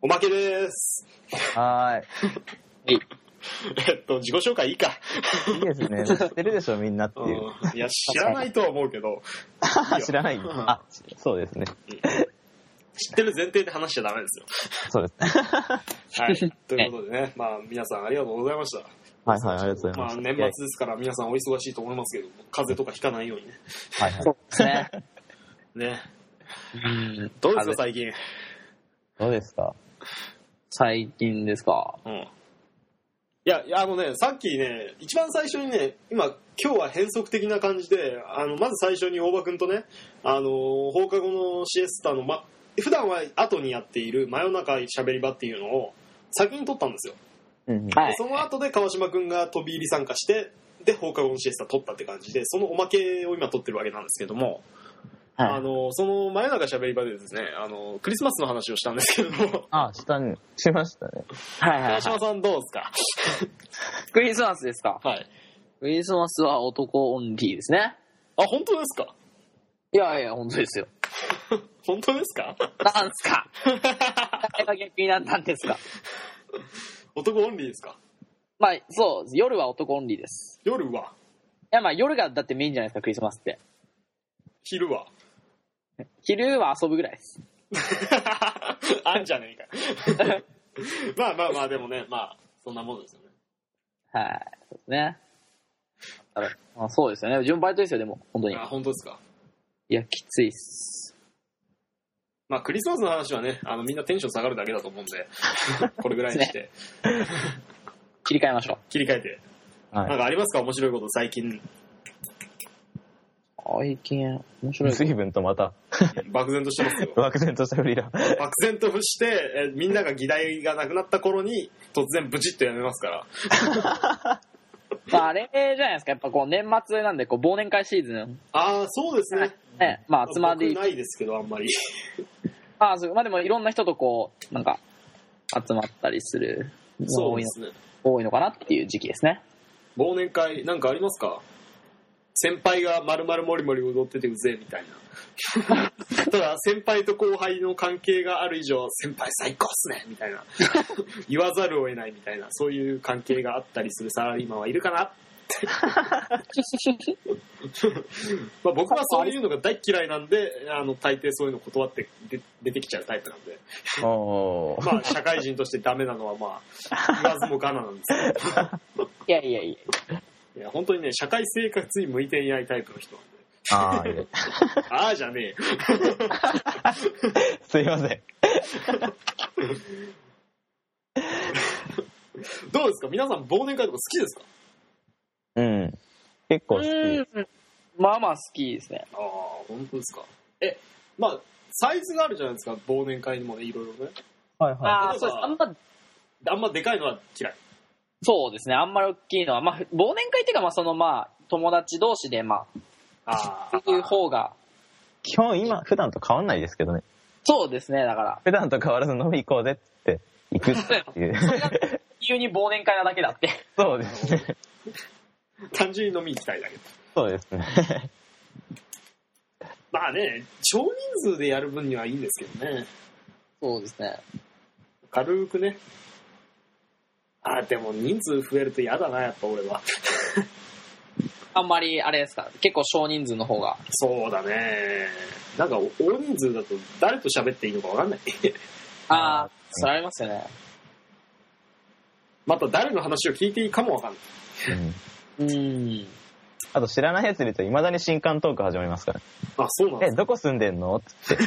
おまけです。は えっと、自己紹介いいか。ーい。いいですね。知ってるでしょ、みんなっていう。いや、知らないとは思うけど、いいよ知らないあ、そうですね。知ってる前提で話しちゃダメ ですそうですね。よ。はい。ということでね、まあ、皆さんありがとうございました。はいはい、ありがとうございままあ、す。年末ですから皆さんお忙しいと思いますけど、風邪とかひかないようにね。はいはい。ですね。ね。うんどうですか、最近。どうですか最近ですか。うん。いや、いやあのね、さっきね、一番最初にね、今、今日は変則的な感じで、あの、まず最初に大場君とね、あの、放課後のシエスタの、ま、普段は後にやっている真夜中喋り場っていうのを先に撮ったんですよ。うん。はでい。その後で川島君が飛び入り参加してで放課後のシエスタ撮ったって感じでそのおまけを今撮ってるわけなんですけども、あはい。のその真夜中しゃべり場でですねあのクリスマスの話をしたんですけどもあ、下に、しましたね。はいはい川は島さんどうですかい。クリスマスですか。はいクリスマスは男オンリーですね。あ本当ですかいやいや、本当ですよ。本当ですかなんすか誰が逆になったんですか 男オンリーですかまあ、そう、夜は男オンリーです。夜はいや、まあ、夜がだってメインじゃないですか、クリスマスって。昼は昼は遊ぶぐらいです。 あんじゃねえか まあまあまあでもねまあそんなもんですよねはい。そうですね。あれあそうですよね。順バイトですよ、でも、本当に。あ本当ですかいや、きついっす。まあクリスマスの話はねあのみんなテンション下がるだけだと思うん でこれぐらいにして切り替えましょ切り替えてなんはかありますか面白いこと最近う。あ、いけん。面白い。い。随分とまた、漠然としてます よ漠然としたフリーだ。漠然としてえみんなが議題がなくなった頃に突然ブチッとやめますからまあ、あれじゃないですか。やっぱこう、年末なんで、こう、忘年会シーズン。ああそうですねね、まあ、集まり僕、ないですけどあん まりまあ、そうまあでもいろんな人とこう、なんか、集まったりする。そう多いでのすね多いのかなっていう時期 ですね。忘年会なんかありますか先輩がまるまるもりもり踊っててうぜえみたいなただ先輩と後輩の関係がある以上先輩最高っすねみたいな言わざるを得ないみたいなそういう関係があったりするサラリーマンはいるかなまあ、僕はそういうのが大嫌いなんであの大抵そういうの断ってで出てきちゃうタイプなんで、おー。まあ、社会人としてダメなのはまあ言わずもがななんですいやいやいけどいや本当にね社会生活に向いていないタイプの人なんであーいえああじゃねえよすいません。どうですか皆さん忘年会とか好きですかうん。結構好き。や。うん。まあまあ好きですね。ああ本当ですかえまあサイズがあるじゃないですか忘年会にもねいろいろねはいあいあ、そうです。あんま、あんまでかいのは嫌いそうですね。あんまり大きいのは、まあ、忘年会っていうか、まあ、その、まあ、友達同士で、まああ、そういう方が、い。基本今、普段と変わんないですけどね。そうですね、だから。普段と変わらず飲み行こうぜって行くって いう。急に忘年会なだけだって。そうですね。単純に飲み行きたいだけそうですね。まあね少人数でやる分にはいいんですけどねそうですね。軽くねあーでも人数増えると嫌だなやっぱ俺はあんまり、あれですか、結構少人数の方が。そうだねなんかお大人数だと誰と喋っていいのか分かんないああ、それありますよね。また誰の話を聞いていいかも分かんないうんうん。あと知らないやついると、いまだに新刊トーク始まりますから。あそうなんでえ、すどこ住んでんの つって。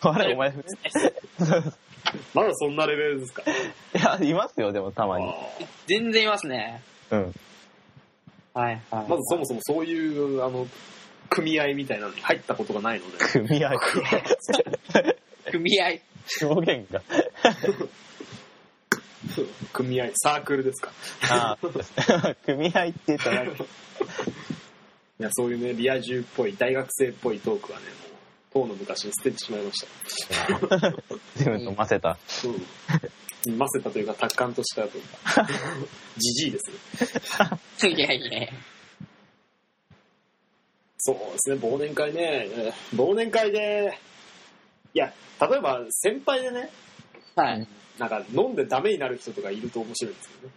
あれ、お前、い まだそんなレベルですかや、いますよ、でもたあまに。ー全然いますね。うん。はいはい。まずそもそもそういうあの組合みたいなのに入ったことがないので組合。組合。表現が。組合サークルですかああ、 組合って言ったらなんか、いやそういうねリア充っぽい大学生っぽいトークはねもうとうの昔に捨ててしまいました自分とませた。うん。ませたというか、達観としたというか。じじいですね。いやいやそうですね、忘年会ね。えー忘年会で、いや、例えば先輩でね、はい。なんか飲んでダメになる人とかいると面白いですよね。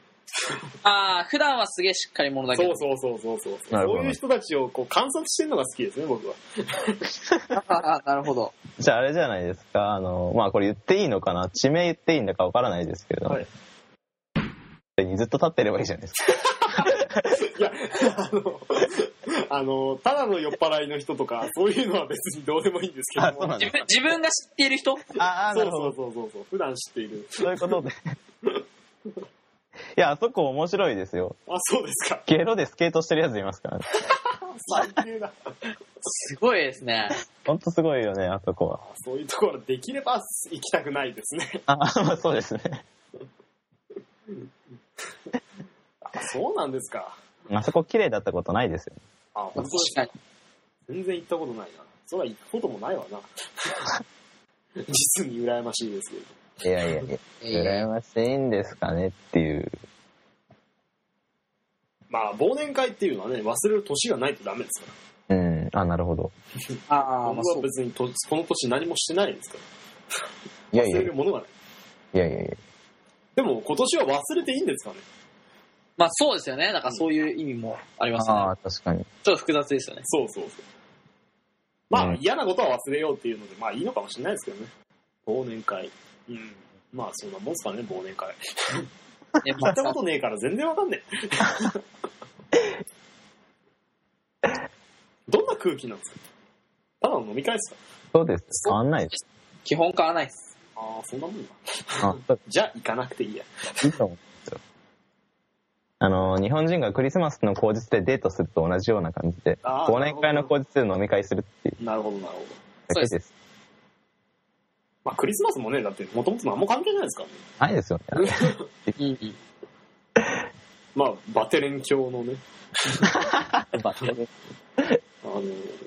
ああ、普段はすげえしっかり者だけそどう。そうそうそうそう。なるほそどういう人たちをこう観察してるのが好きですね、僕は。ああ、なるほど。じゃああれじゃないですか、あの、まあこれ言っていいのかな、地名言っていいんだかわからないですけれども、はいずっと立ってればいいじゃない ですか。いや、あの、あの、ただの酔っ払いの人とか、そういうのは別にどうでもいいんですけどあ、そうなも。んだ自。分自分が知っている人ああ、そなうるほそうど。そうそうそう。普段知っている。そういうことで。 いや、あそこ面白いですよ。あ、そうですか。ゲロでスケートしてるやついますからね。最低だ。すごいですね。ほんとすごいよね、あそこは。そういうところできれば行きたくないですね。あ、まあそうですね。あ、そうなんですか。あそこ綺麗だったことないですよ。あ、本当確ですかか。に。全然行ったことないな。それは行くこともないわ な。実に羨ましいですけど。いやいやいや。羨ましいんですかねっていう。まあ、忘年会っていうのはね、忘れる年がないとダメですから。うん。あ、なるほど。ああ、まあ僕そはう。別にとこの年何もしてないですから。いやい忘やれいるものがない。やいやいや。でも今年は忘れていいんですかねまあそうですよね。だからそういう意味もありますね。ああ、確かに。ちょっと複雑ですよね。そうそうそう。まあ、うん嫌なことは忘れようっていうので、まあいいのかもしれないですけどね。忘年会。うん。まあそんなもんすかね、忘年会。え行ったことねえから全然わかんねえ。どんな空気なんですかただの飲み会ですかそうです。変わんないです。基本変わらないです。ああ、そんなもんだ。あ、そうじゃあ行かなくていいや。いいと思うんですよ。あの、日本人がクリスマスの口実でデートすると同じような感じで、あー忘年会の口実で飲み会するっていうなるほど、なるほど。だけです。まあクリスマスもね、だってもともと何も関係ないですからね。ないですよね。うんうん。まあ、バテレン教のね、バテレあの、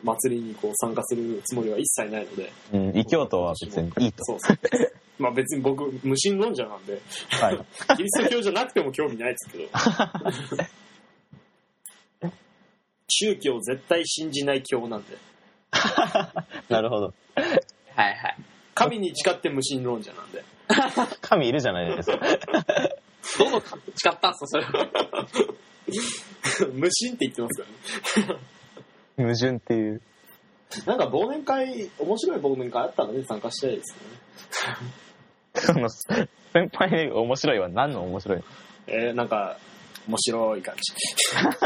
祭りにこう参加するつもりは一切ないので。うん、異教徒は別にいいと。そうそう。まあ別に僕、無神論者なんで、はい。キリスト教じゃなくても興味ないですけど。宗教を絶対信じない教なんで。なるほど。はいはい。神に誓って無神論者なんで。 神いるじゃないですか。どのか使ったんすか、それは。無神って言ってますからね。矛盾っていう。なんか忘年会、面白い忘年会あったらね、参加したいですね。その、先輩に面白いは何の面白いえー、なんか、面白い感じ。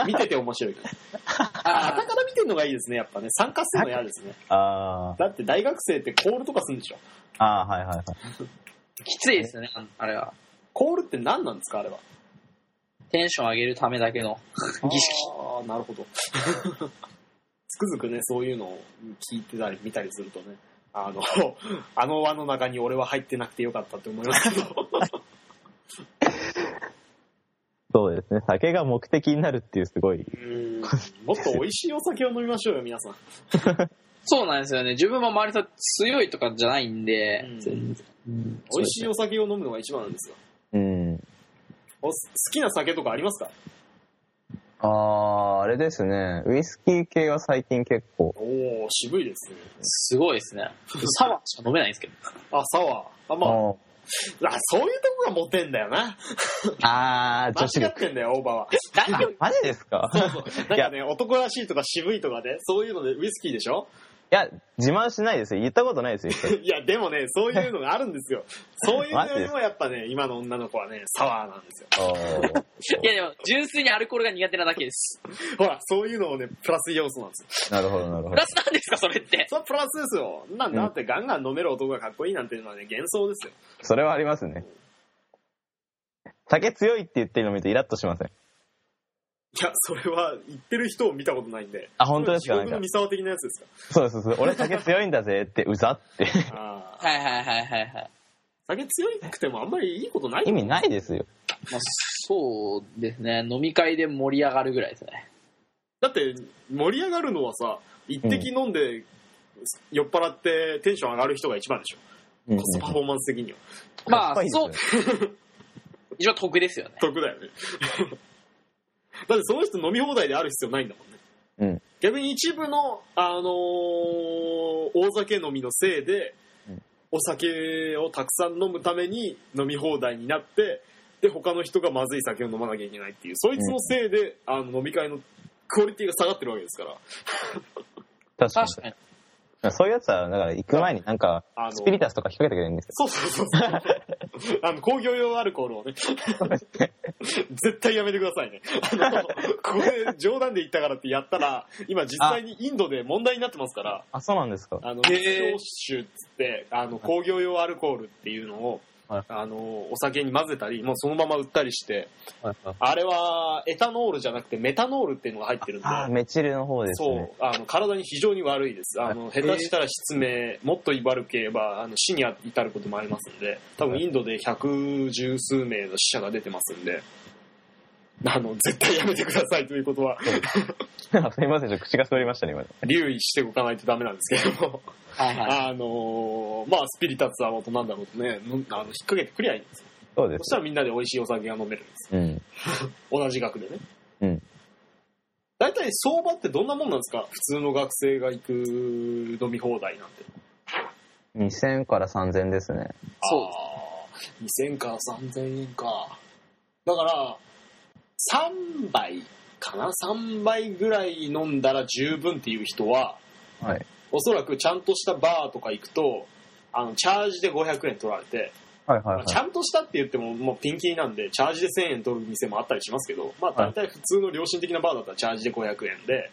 見てて面白い感じ。あ、あ旗から見てるのがいいですね、やっぱね。参加するの嫌ですね。あだって大学生ってコールとかするんでしょ。あ、ああ、はいはいはい。ーきついですね、ああれは。コールって何なんですか、あれは。テンション上げるためだけの儀式。ああ、なるほど。 つくづくね、そういうのを聞いてたり見たりするとね、あの、 あの輪の中に俺は入ってなくてよかったって思いますけど。そうですね。酒が目的になるっていうすごい。うんもっと美味しいお酒を飲みましょうよ、皆さん。そうなんですよね。自分も周りと強いとかじゃないんで、うん全然美味しいお酒を飲むのが一番なんですよ。うん。お好きな酒とかありますかああ、あれですね。ウイスキー系は最近結構。おお渋いですね。すごいですね。サワーしか飲めないん ですけど。あ、サワー。あ、まあ、ああそういうとこがモテんだよな。あ間ー、女子違力っ。てんだよ、大葉は。だからマジですかなんかね、男らしいとか渋いとかね、そういうのでウイスキーでしょいや、自慢しないですよ。言ったことないですよ。一回いや、でもね、そういうのがあるんです よ。そういうのよりもやっぱね、今の女の子はね、サワーなんですよ。あいやでも、純粋にアルコールが苦手なだけです。ほら、そういうのをね、プラス要素なんですよ。ーなるほど、なるほプどラ。スなんですか、それって。それはプラスですよ。なんだってガンガン飲める男がかっこいいなんていうのはね、幻想ですよ。それはありますね。酒強いって言ってるの見てイラッとしません。いや、それは言ってる人を見たことないんで。あ本当ですか地獄の三沢的なやつですか。そうそうそう。俺酒強いんだぜって、うざって。 ああ。はいはいはいはいはい。酒強くてもあんまりいいことない意味ないですよ。まあ、そうですね。飲み会で盛り上がるぐらいですね。だって、盛り上がるのはさ、一滴飲んで、酔っ払ってテンション上がる人が一番でしょ。うんコスパフォーマンス的には。まあやっぱりですよね一番得ですよね。得だよね。 だってその人飲み放題である必要ないんだもんね。うん逆に一部の、あのー大酒飲みのせいで、うんお酒をたくさん飲むために飲み放題になってで他の人がまずい酒を飲まなきゃいけないっていうそいつのせいで、あの飲み会のクオリティが下がってるわけですから確かに確。かに。そういうやつは、だから行く前になんかあの、スピリタスとか引っ掛けてくれるんですそよ。うそうそうそうあの工業用アルコールをね絶対やめてくださいねあのこれ冗談で言ったからってやったら今実際にインドで問題になってますからあ、そうなんですか。あの、へー消臭っつって、あの、工業用アルコールっていうのを、はいあの、お酒に混ぜたり、もうそのまま売ったりして、はいはいあれは、エタノールじゃなくてメタノールっていうのが入ってるんで、あー、メチルの方ですそねう。、あの、体に非常に悪いです。あの、下手したら失明、もっと悪ければ、あの、死に至ることもありますんで、多分インドで百十数名の死者が出てますんで、あの、絶対やめてくださいということは、 すみません、ちょっと口が滑りましたね、今ね。留意しておかないとダメなんですけども。はいはい。あのーまあスピリタツだろうとなんだろうとねのあの引っ掛けてくりゃいいんですよそうでそしすた。らみんなで美味しいお酒が飲めるんですうん。同じ額でねうん大体相場ってどんなもんなんですか普通の学生が行く飲み放題なんて2000から3000ですね。そうう2000から3000円かだから3杯かな3杯ぐらい飲んだら十分っていう人ははい。おそらくちゃんとしたバーとか行くとあのチャージで500円取られてはいはいはまあい。ちゃんとしたって言ってももうピンキリなんでチャージで1000円取る店もあったりしますけど、まあ、は大い体普通の良心的なバーだったらチャージで500円で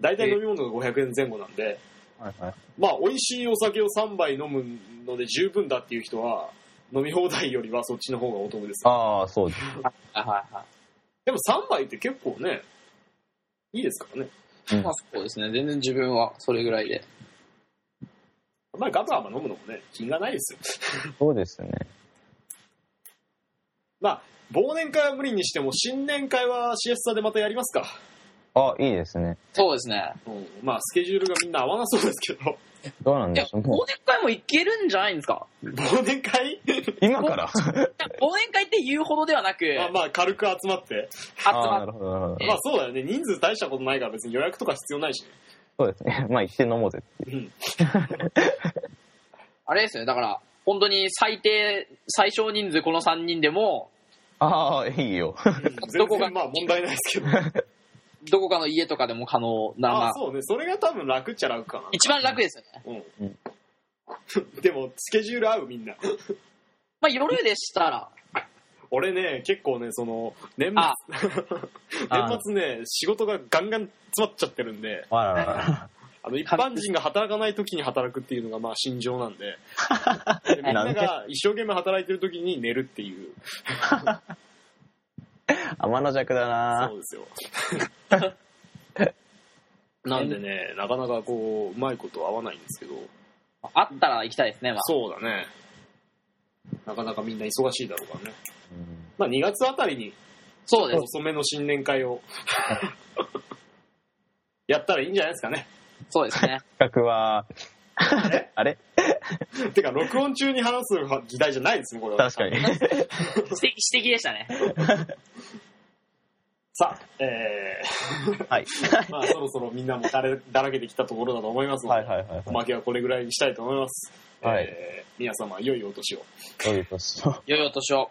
大体飲み物が500円前後なんで、はいはい。まあ、美味しいお酒を3杯飲むので十分だっていう人は飲み放題よりはそっちの方がお得ですよああ、そうです。はいはいはでも3杯って結構ねいいですからねうんい。まあそうですね。全然自分はそれぐらいで。あんまりガバガバ飲むのもね品がないですよ そうですね。まあ忘年会は無理にしても新年会はシエスタでまたやりますか、あいいですね。そうですね。うん、まあスケジュールがみんな合わなそうですけどどうなんいやで、しょう。忘も年会もいけるんじゃないんですか忘年会う、今から忘年会って言うほどではなく、あまあ軽く集まって、集ああ、なまっるほど、なるほど。まあそうだよね人数大したことないから別に予約とか必要ないしねそうですね。まあ、行って飲もうぜ。うんあれですね、だから、本当に最低、最小人数この3人でも、ああ、いいよ。全然まあ問題ないですけどどこかの家とかでも可能な、まああ、そうねそれが多分楽っちゃ楽か一番楽ですよなね。ううんん でもスケジュール合うみんなまあ、夜でしたら、俺ね結構ねその年あ末 あ年末ね仕事がガンガン詰まっちゃってるんであららら。あの一般人が働かない時に働くっていうのがまあ心情なんででみんなが一生懸命働いてる時に寝るっていう天の弱だなそうですよ。なんでね、なかなかこう、うまいこと合わないんですけど、あったら行きたいですね、まあ。そうだね。なかなかみんな忙しいだろうからね。うんまあ2月あたりにそうです。遅めの新年会を やったらいいんじゃないですかね。 そうですね。企画は、 あれてか、録音中に話す議題じゃないですね、これは。確かに。指摘指摘でしたね。さあ、えはい。ー、 まあそろそろみんなもだれだらけてきたところだと思いますので、はいはいはいおはまけはこれぐらいにしたいと思います。はいえー皆様、良いお年を。い。どういうことしよう良いお年を。